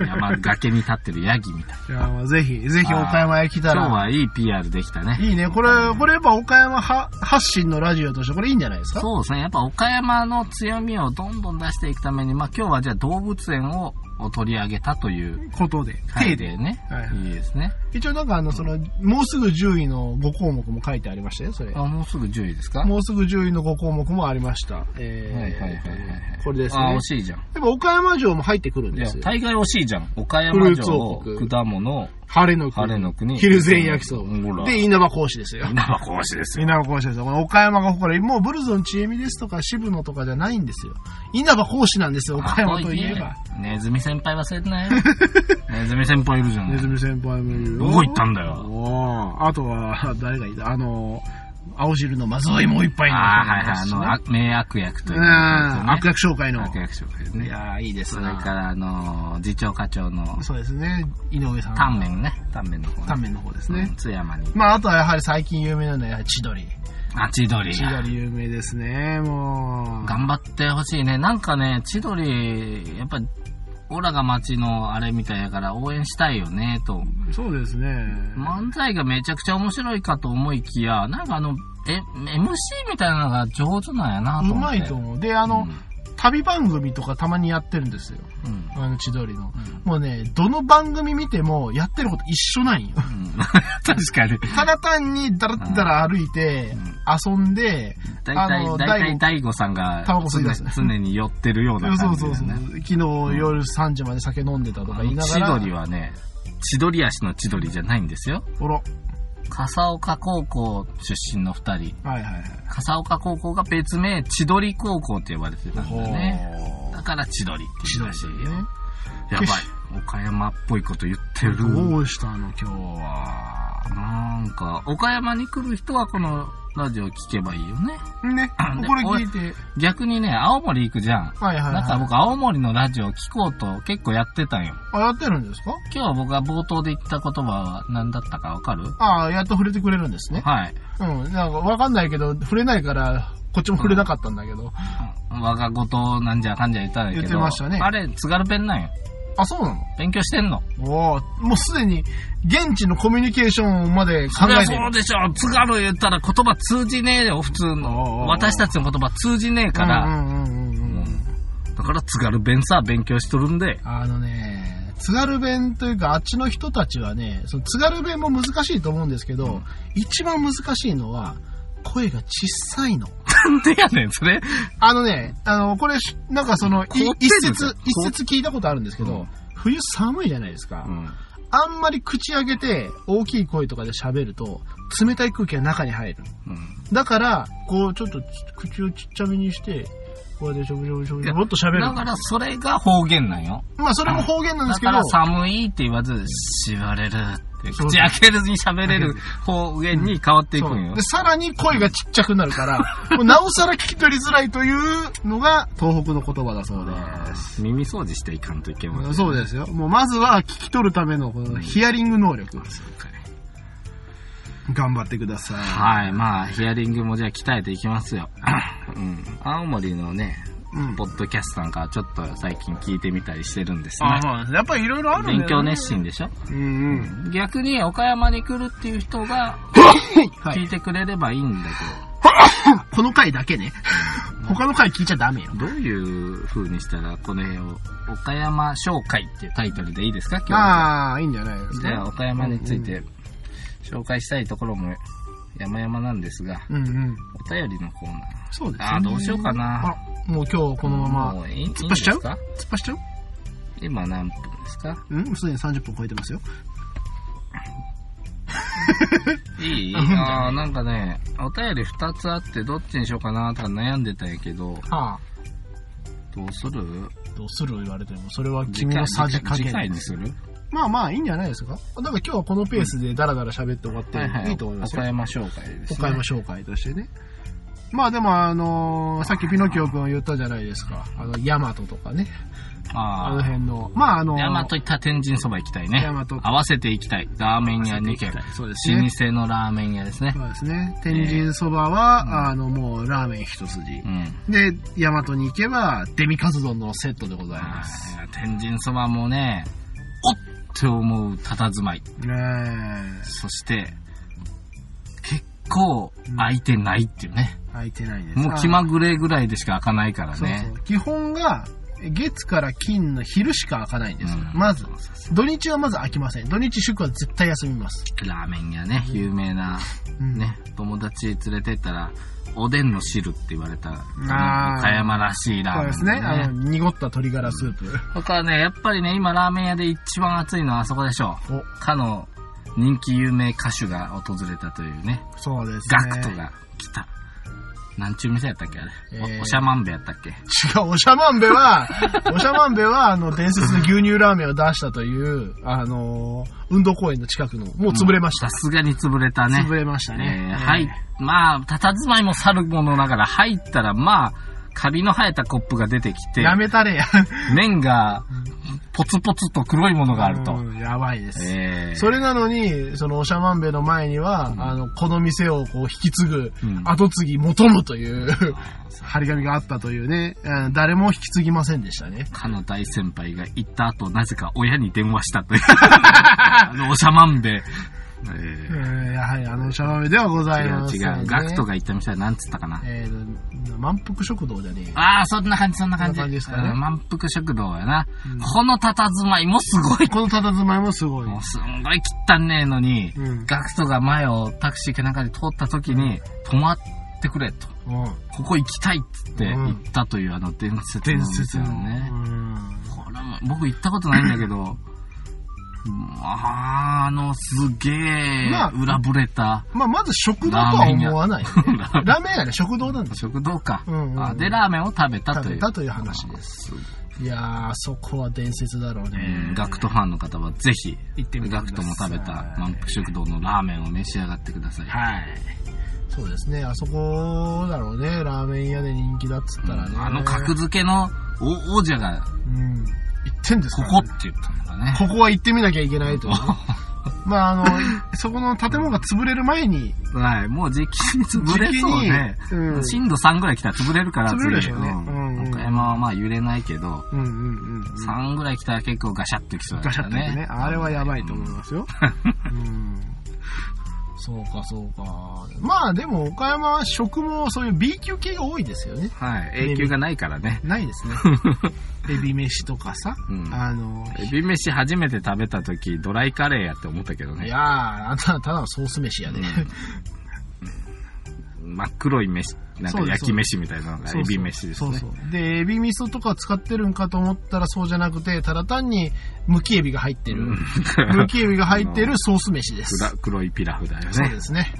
山に、山、崖に立ってるヤギみたい。
いやまあぜひ、ぜひ岡山へ来た
今日
ら。
はいい PR できたね。
いいね。これ、これやっぱ岡山は発信のラジオとしてこれいいんじゃないですか
そうですね。やっぱ岡山の強みをどんどん出していくために、まあ今日はじゃあ動物園を取り上げたという
ことで。
回でね。
はい
いいですね。
一応なんかあの、その、もうすぐ10位の5項目も書いてありましたよ、それ。
あ、もうすぐ10位ですか
もうすぐ10位の5項目もありました。
はいはいはい
え
はいはい。
ー、これです
あ、
ね
惜。しいじゃん。
でも岡山城も入ってくるん
い
で
や
す、よ。
大概惜しいじゃん。岡山城
フルーツ王、国
果物、
晴れの国。
晴れの国
昼前焼きそ
ほら
ば。で、稲葉講師ですよ。
稲葉講師ですよ。
稲葉講師ですよ。これ岡山が誇る、もうブルゾン知恵美ですとか渋野とかじゃないんですよ。稲葉講師なんですよ、 岡山といえば。
ネズミ先輩忘れて ないよ。ネズミ先輩いるじゃな
ネ
い
ズ。ミ先輩もいるよ。
どこ行ったんだよ
おーあとは、 誰がいたあの、青汁のまずいもう一杯に
ああ、
な
は
っ
い
た
はい。あの、あ名悪役という
うん、悪
役。
役紹介の。
悪役紹介です
い
ね。
やーいいです
そ
ね
れ。から、あの、次長課長の、
そうですね、井上さん。
タンメンね。タンメンの方ね
タンメンの方です
うん
ね。
津山に。
まあ、あとはやはり最近有名なのはやはり千鳥。
あ、千鳥。
千鳥有名ですね、もう。
頑張ってほしいね。なんかね、千鳥、やっぱ、オラが街のあれみたいやから応援したいよね、と。
そうですね。
漫才がめちゃくちゃ面白いかと思いきや、なんかあの、え、MC みたいなのが上手なんやなと
う
思っ
ま
て。
いと思う。で、あの、
うん
単旅番組とかたまにやってるんですよ。
うん。
あの千鳥の。
うん
もうね、どの番組見てもやってること一緒なんよ。
うん 確かに。
ただ単にだらだら歩いて、遊んで、
大
あ
体、
の
大
第
体、大悟さんが
タバコ吸い
常
出す
常に寄ってるような
そ
感
う
じだ
そ
よ
う
ね。
そう。昨日夜3時まで酒飲んでたとか
あ
言い
の
なが
千
ら。
鳥はね、千鳥足の千鳥じゃないんですよ。
おろ。
笠岡高校出身の二人。
はいはいはい。
笠岡高校が別名、千鳥高校って呼ばれてたんだよね。
ほう
だから千鳥って
千
言う
鳥
らしい
ね
よ。。やばい。岡山っぽいこと言ってる。
どうしたの
今日は、なんか、岡山に来る人はこのラジオ聞けばいいよね。
ね
あで、
これ聞いて。
逆にね、青森行くじゃん。
はいはい
なんか
はい。
僕、青森のラジオ聞こうと結構やってたんよ。
あ、やってるんですか
今日僕が冒頭で言った言葉は何だったかわかる
ああ、やっと触れてくれるんですね。
はい。
うん。なんかわかんないけど、触れないから、こっちも触れなかったんだけど。
我が事なんじゃかんじゃ言ったんだけど。
言ってましたね
あれ、津軽弁なんよ。
あ、そうなの
勉強してんの。
おーもうすでに、現地のコミュニケーションまで考
そりゃ
え
そ
てる
う。でしょ。津軽言ったら言葉通じねえよ、普通
おうおうお
の。
う
私たちの言葉通じねえから。
うんうんうんうんうん。
だから津軽弁さ、勉強しとるんで。
あのね、津軽弁というか、あっちの人たちはね、その津軽弁も難しいと思うんですけど、一番難しいのは、声が小さいの。
なんでやねん、それ。
あのね、あの、これ、なんかその、い
凍って
一
るじゃん
節、一節聞いたことあるんですけど、
うん
冬寒いじゃないですか。あんまり口上げて、大きい声とかで喋ると、冷たい空気が中に入る。
うん
だから、こう、ちょっと口をちっちゃめにして、こうやってしょぶしょぶしょぶしょぶっと喋る
だ。から、それが方言なんよ。
まあ、それも方言なんで
だ
すけど
か、ら、寒いって言わず、しばれるって、
そう
口開けずに喋れ る方言に変わっていくん
そ
よ
うで、。さらに声がちっちゃくな るから、もうなおさら聞き取りづらいというのが東北の言葉だそうです。
耳掃除していかんといけません。
そうですよ。もうまずは聞き取るためのこのヒアリング能力。頑張ってください。
はい、まあ、ヒアリングもじゃあ鍛えていきますよ。うん。青森のね、
うん
ポッドキャストなんかちょっと最近聞いてみたりしてるんですね
あ、。そうなんですね。やっぱりいろいろあるんだよ
勉強熱心でしょ
うんうん。
逆に岡山に来るっていう人が
は
聞
い。
いてくれればいいんだ
この回だけね。他の回聞いちゃダメよ。
けど、どういう風にしたらこの辺を岡山紹介っていうタイトルでいいですか今日は。
ああ、いいんじゃないです
じゃあ
か。
岡山について紹介したいところも山々なんですが、
うんうん。
お便りのコーナー。
そうですね。
あーどうしようかな
あら、もう今日このまま
もういいいいん
突
で
っ走っちゃう
すか
突っ走っちゃう
今何分ですか
うんすでに30分超えてますよ。
いい
うん
ああ、なんかね、お便り2つあってどっちにしようかなとか悩んでたんやけど、
はあ。
どうする
どうする言われても、それは君のさじ加
次回
減
に。する
まあまあ、いいんじゃないですか。だから今日はこのペースでダラダラ喋って終わって、
はい
い、
はいい。
と思います
岡。山
よ
紹介です、ね。
岡山紹介としてね。まあでも、あのーさっきピノキオ君言ったじゃないですか。あの、ヤマトとかね。あの
あ
辺の。まああの
あ。
ー
大和行ったら天神そば行きたいね。
大和
合わせて行きたい。ラーメン屋2軒。
そうです
老
ね。
舗のラーメン屋ですね。
そうですね。天神そばは、あの、もうラーメン一筋
う。ん。
で、ヤマトに行けば、デミカツ丼のセットでござい
あ
ます。
ー天神そばもね、おっって思う佇まい。
ね
そして、結構開いてないっていうね。
え。開いてないです
もう気まぐれぐらいでしか開かないから
そう
ね。
そう基本が月から金の昼しか開かないんですよ、
うん
まず土日はまず開きません土日祝は絶対休みます、
ラーメン屋ね、有名な、
うん
ね、友達連れてったら、おでんの汁って言われた、
あー
岡山らしい
そ
ラーメ
うで
ン、
すねあの濁った鶏ガラスープ、
僕はね、やっぱりね、今ラーメン屋で一番熱いのはあそこでしょう。
お
かの人気有名歌手が訪れたというね、
そうですね
ガクトが来た。なんちゅう店やったっけあれ。
えー
おおしゃまんべやったっけ
違うおしゃまんべは おしゃまんべはあの伝説の牛乳ラーメンを出したというあのー運動公園の近くのもう潰れました
さ、すがに潰れたね
潰。れました
え
ね、
ーはい。まあ、佇まいもさるものながら入ったら、まあ、カビの生えたコップが出てきて、
やめ たれや
麺が、ポツポツと黒いものがあると。
うんやばいです、
えー
それなのに、そのおしゃまんべの前には、あの、この店をこう引き継ぐ、
うん
後継ぎ求むという、張り紙があったというね、うん誰も引き継ぎませんでしたね。
かの大先輩が行った 後、なぜか親に電話したという。あの、おしゃまんべ。えー
うんやはい、あのしゃがみではござい
違う
ます、
違う。ガクトが言ったみたいなんつったかな。
えーと、満腹食堂じゃねえよ。
ああ、そんな感じ、そんな感じ。
そんな感じですかね
うん満腹食堂やな。
うん
この佇まいもすごい。
この佇まいもすごい。
もうすんごい汚ねえのに、
うん。
ガクトが前をタクシーかなんかで通った時に、止まってくれと。
うん
ここ行きたいっつって
うん
行ったというあの伝説
伝
の
説の
お店よね
う。ん
これも、僕行ったことないんだけど、あーあの、すげえ
まあ、
裏ぶれた。
まあ、まず食堂とは思わない、ね。ラーメン屋で食堂なんです
食堂か、
うんうんうん
あで、ラーメンを食べたという。
食べたという話です。いやー、そこは伝説だろう
う
ね
ん。ガクトファンの方はぜひ、
行ってみてくだ
ガ
さい
クトも食べた満腹食堂のラーメンを召し上がってください。
はい。そうですね、あそこだろうね、ラーメン屋で人気だっつったらね。
あの格付けの王王者が
うん。行ってんです
こ
から
こっ
ね
て言ったのがね。
ここは行ってみなきゃいけない というね。まあ、あの、そこの建物が潰れる前に、
はい、もう時期に潰れそうね。
時期にうん
震度3ぐらい来たら潰れるから、
潰れるでしょうね
次
うんうん
岡山はまあ揺れないけど、
うんうんうんうん。
3ぐらい来たら結構ガシャッときそうだ
ガシ
か
ャッ
ら
とね
ね。
あれはやばいと思いますよ。うん。そうか、そうか。まあ、でも、岡山は食もそういう B 級系が多いですよね。
はい、永久がないからね。
な いですね。エビ飯とかさ、
うん
あの、
エビ飯初めて食べた時、ドライカレーやって思ったけど
い
ね
や。ー、あんたはただのソース飯やね。
真っ黒い飯、なんか焼き飯みたいなのが
そうそう
エビ飯ですね
そ。うそう。で、エビ味噌とか使ってるんかと思ったらそうじゃなくて、ただ単に、むきエビが入ってる。 むきエビが入ってるソース飯です。
黒黒いピラフだよ
そう
ね
で。すね。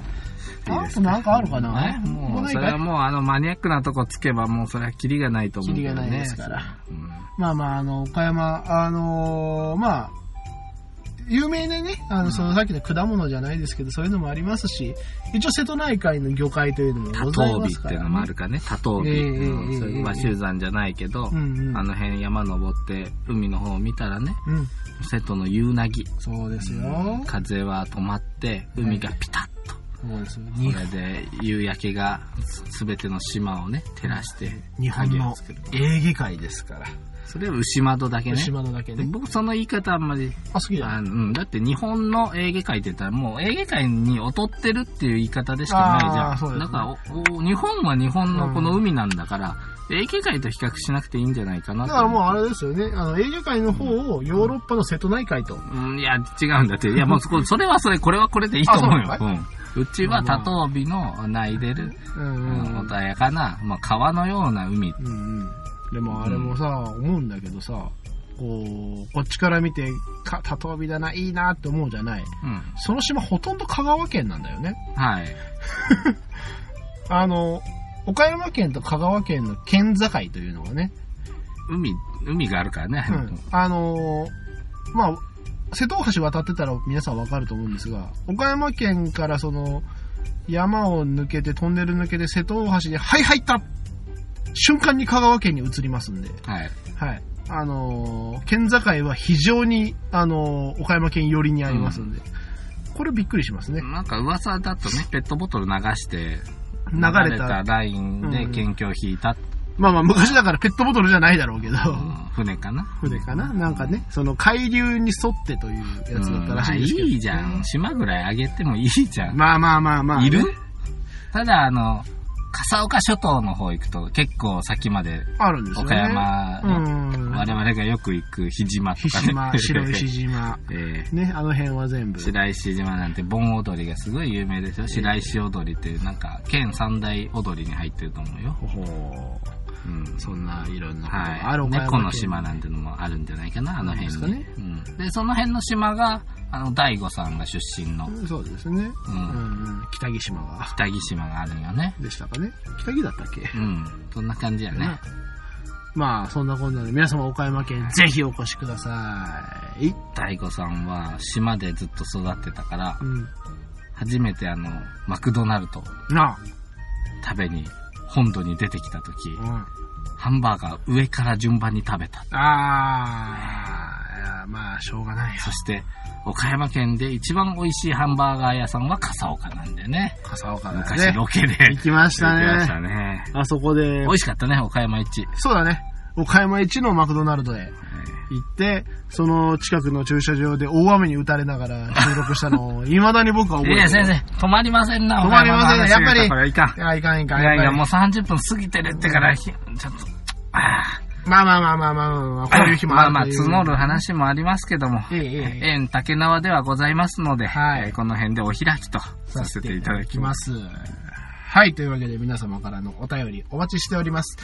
いい
あ
です
となんかある
ね
かな、
も
こ
う
な
そ
い
れ
か
はもうあのマニアックなとこつけばもうそれはキリがないと思うけどね。
キリがないですから
うん。
まあまあ、あの、岡山、あのーまあ、有名でね、あの、そのさっきの果物じゃないですけど、そういうのもありますし、一応瀬戸内海の魚介というのも
多
ござい
頭尾
ま
っ
すか
ていう
ら、
のもあるからね。多頭尾。
ええ
うん
ええ
それ
ええ
和集山じゃないけど、
うんうん
あの辺山登って海の方を見たらね、
うん。
瀬戸の夕凪。
そうですよ。
風は止まって、海がピタッと。
そうですよ。
これで夕焼けがすべての島をね、照らして、
日本
影
の
を作る
エーゲ海ですから。
それは牛窓だけね。
牛窓だけ
で
ね。
僕その言い方あんまり
あ、好きじゃ
あ
ない
のうん、だって日本のエーゲ海って言ったらもうエーゲ海に劣ってるっていう言い方でしかないじ
あ
ゃ
ー
ん。
そうですね
だからおお日本は日本のこの海なんだから、エーゲ海と比較しなくていいんじゃないかなと
だからもうあれですよね。あの、エーゲ海の方をヨーロッパの瀬戸内海と。
うん、いや、違うんだって。いや、もうそこ、それはそれ、これはこれでいいと思うよ
あ。そうう
うん。うちは多頭尾の泣いでる、
うん
う
うんん。
穏やかな、まあ、川のような海。
うんうん。でもあれもさ、思うんだけどさ、こう、こっちから見て、か、多頭尾だな、いいなって思うじゃない。
うん。
その島ほとんど香川県なんだよね。
はい。
あの、岡山県と香川県の県境というのがね、
海、海があるからね。
うん、あのーまあ、瀬戸大橋渡ってたら皆さんわかると思うんですが、岡山県からその、山を抜けて、トンネル抜けて、瀬戸大橋で、はい、入った瞬間に香川県に移りますんで、
はい。
はい。あのー県境は非常に、あのー岡山県寄りにありますんで、これびっくりしますね。
なんか噂だとね、ペットボトル流して、
流れた。
ラインで
うん
県境を引いた、
まあまあ、昔だからペットボトルじゃないだろうけど、
うん船かな。
船かななんかね、その海流に沿ってというやつだったらしいんですけ
う
ど。
んまあいいじゃん。島ぐらいあげてもいいじゃん。
まあまあまあまあ、
いるただ、あの、笠岡諸島の方行くと結構先まで、
あるんですよ
岡
ね。
山
う
の、
ん。
我々がよく行く日島と
菱
か
島、白石島、
えー
ね、あの辺は全部。
白石島なんて盆踊りがすごい有名ですよ。白石踊りっていう、なんか、県三大踊りに入ってると思うよ。
ほほ
うん。
そんないろんなことがあ
は
る
い。
岡山
猫の島なんてのもあるんじゃないかな、あの辺に。
ですかね
うん。で、その辺の島が、あの、大悟さんが出身の
そうですね。
う
うんん、うん。北木島が。
北木島があるんよね。
でしたかね。北木だったっけ
うん。そんな感じやね。
まあ、そんなこんなで、皆様岡山県ぜひお越しください。
大悟さんは島でずっと育ってたから
う、ん。
初めてあの、マクドナルドを
な
食べに、本土に出てきた時、
あ。うん。
ハンバーガー上から順番に食べた。
あーいや、まあ、しょうがないよ。
そして、岡山県で一番美味しいハンバーガー屋さんは笠岡なんだよね。
笠岡だ
昔
ね。
ロケで。
行きました
行きまし
ね。
たね。
あそこで
美、味しかったね、岡山一。
そうだね。岡山一のマクドナルドへ。行って、その近くの駐車場で大雨に打たれながら収録し たのを、未だに僕は覚
い
えて
や、
る。
先生、止まりませんな、
止まりません
お前
ねやっぱ
の話
り
これはいかん。
いや、いかんいかん。
いやい
やっぱ
や、
り
もう30分過ぎてるってから、ひちょっと、ああ。
まあまあまあまあまあまあまあ、こういう日もある
ま あまあ、
という
募る。話もありますけども、
ええええええ
縁竹縄ではございますので、
はい
えーこの辺でお開きとさせていただきます。
す。はい。というわけで皆様からのお便りお待ちしております。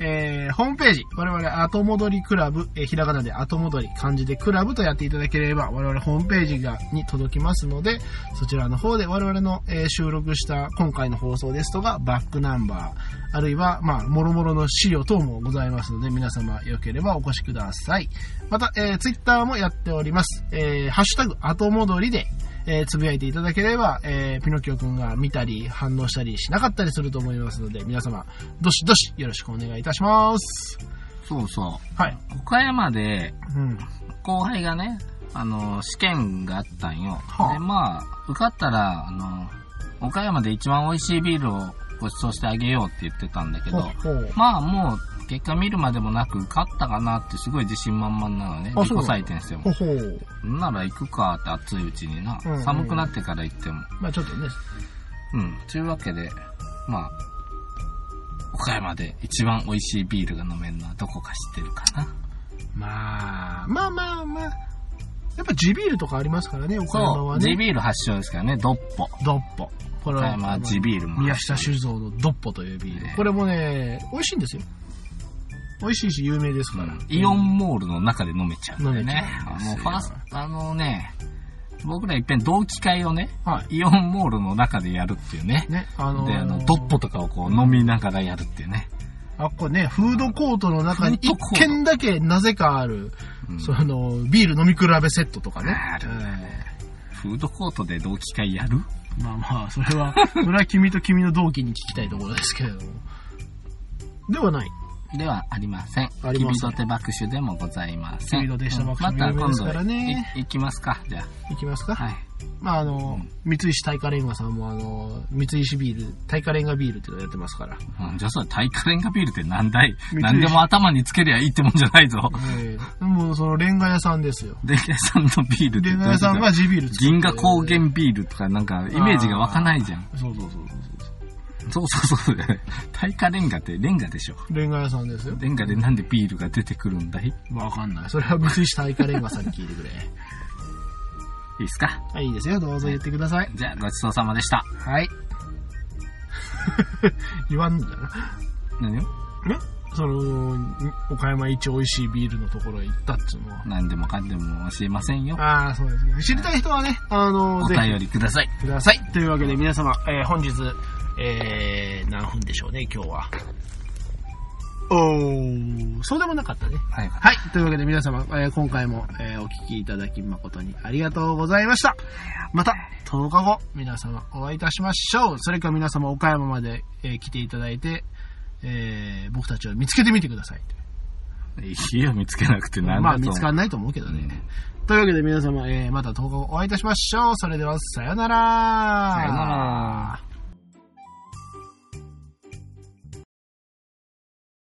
えー、ホームページ、我々後戻りクラブ、えーひらがなで後戻り、漢字でクラブとやっていただければ、我々ホームページが、に届きますので、そちらの方で我々の、えー収録した今回の放送ですとか、バックナンバー、あるいは、まあ、もろもろの資料等もございますので、皆様よければお越しください。また、えー、ツイッターもやっております。えー、ハッシュタグ、後戻りで、えーつぶやいていただければ、えーピノキオくんが見たり、反応したりしなかったりすると思いますので、皆様、どしどしよろしくお願いいたします。
そうそ
はい。
う。岡山で
うん。
後輩がね、あの、試験があったんよ。
はあ
で、まあ、受かったら、あの、岡山で一番美味しいビールをご馳走してあげようって言ってたんだけ
ほう
ど、
ほう。
まあもう結果見るまでもなく受かったかなってすごい自信満々なのね。自
あ
己
そうなの
採点しても
ほ。うほう。
なら行くかって暑いうちにな、
うんうん
寒くなってから行っても。
まあちょっとね、
うん。というわけで、まあ、岡山で一番美味しいビールが飲めるのはどこか知ってるかな。
まあ、まあまあまあ、やっぱ地ビールとかありますからね、岡山
そ
は
う、地
ね。
ビール発祥ですからね、ドッポ。
ドッポ。これ
岡
は、
山は地ビールも
宮
発祥。
下酒造のドッポというビール。
ね
これもね、美味しいんですよ。美味しいし、有名ですから。
うんイオンモールの中で飲めちゃうんだよ
飲めち
ね
ゃうん。ですよ
もうファースト、あのね、僕らいっぺん同期会をね、
は
イオンモールの中でやるっていうね。
い。ね、あのー
で、あの、ドッポとかをこう飲みながらやるっていうね。
あ、これね、フードコートの中に
フー
一
ドコート
軒だけなぜかある、
うん
その、ビール飲み比べセットとかね。
あるね。フードコートで同期会やる
うんまあまあ、そ れは、それは君と君の同期に聞きたいところですけれども。ではない。
ではありません。
ありません
キビドテ爆酒でもございません。
キビドテした爆酒
うん
も有名
ま
で
た
すから
今度い
ね
いきますか、じゃ
いきますか。
あ。はい。
まああの、三石耐火レンガさんもあの、三石ビール、耐火レンガビールっていうのやってますから。
うんじゃあそれ、耐火レンガビールって何だい
三井
何でも頭につけりゃいいってもんじゃないぞ。
ええもうそのレンガ屋さ んですよ。
レンガ屋さんのビールって
レ
どう
ン
いう
ガ屋
こと
さんが地ビール作って
銀河高。原ビールとかなんかイメージが湧かないじゃん。
そうそうそうそうそ
そうそうそう。耐火レンガってレンガでしょ。
う。レンガ屋さんですよ。
レンガでなんでビールが出てくるんだいい
わかんない。それは三石耐火レンガさんに聞いてくれ。
いですか
はい、いいですよ。どうぞ言ってください。
じゃあごちそうさまでした。
はい。 言わんのだな。
何を
ねその、岡山一美味しいビールのところへ行ったっつうのは。
何でもかんでも教えませんよ。
ああ、そうですね。知りたい人はね、あの、
お
ぜひ
便りください。
ください。というわけで皆様、えー本日、えー、何分でしょうね、今日は。おー、そうでもなかったね。
はい。
はい。というわけで皆様、えー今回も、えーお聞きいただき誠にありがとうございました。また、10日後、皆様お会いいたしましょう。それか皆様、岡山まで、えー来ていただいて、えー僕たちを見つけてみてください。
いいよ、見つけなくてなんだと
まあ、見つからないと思うけどね。というわけで皆様、えーまた10日後お会いいたしましょう。それでは、さよなら。
さよなら。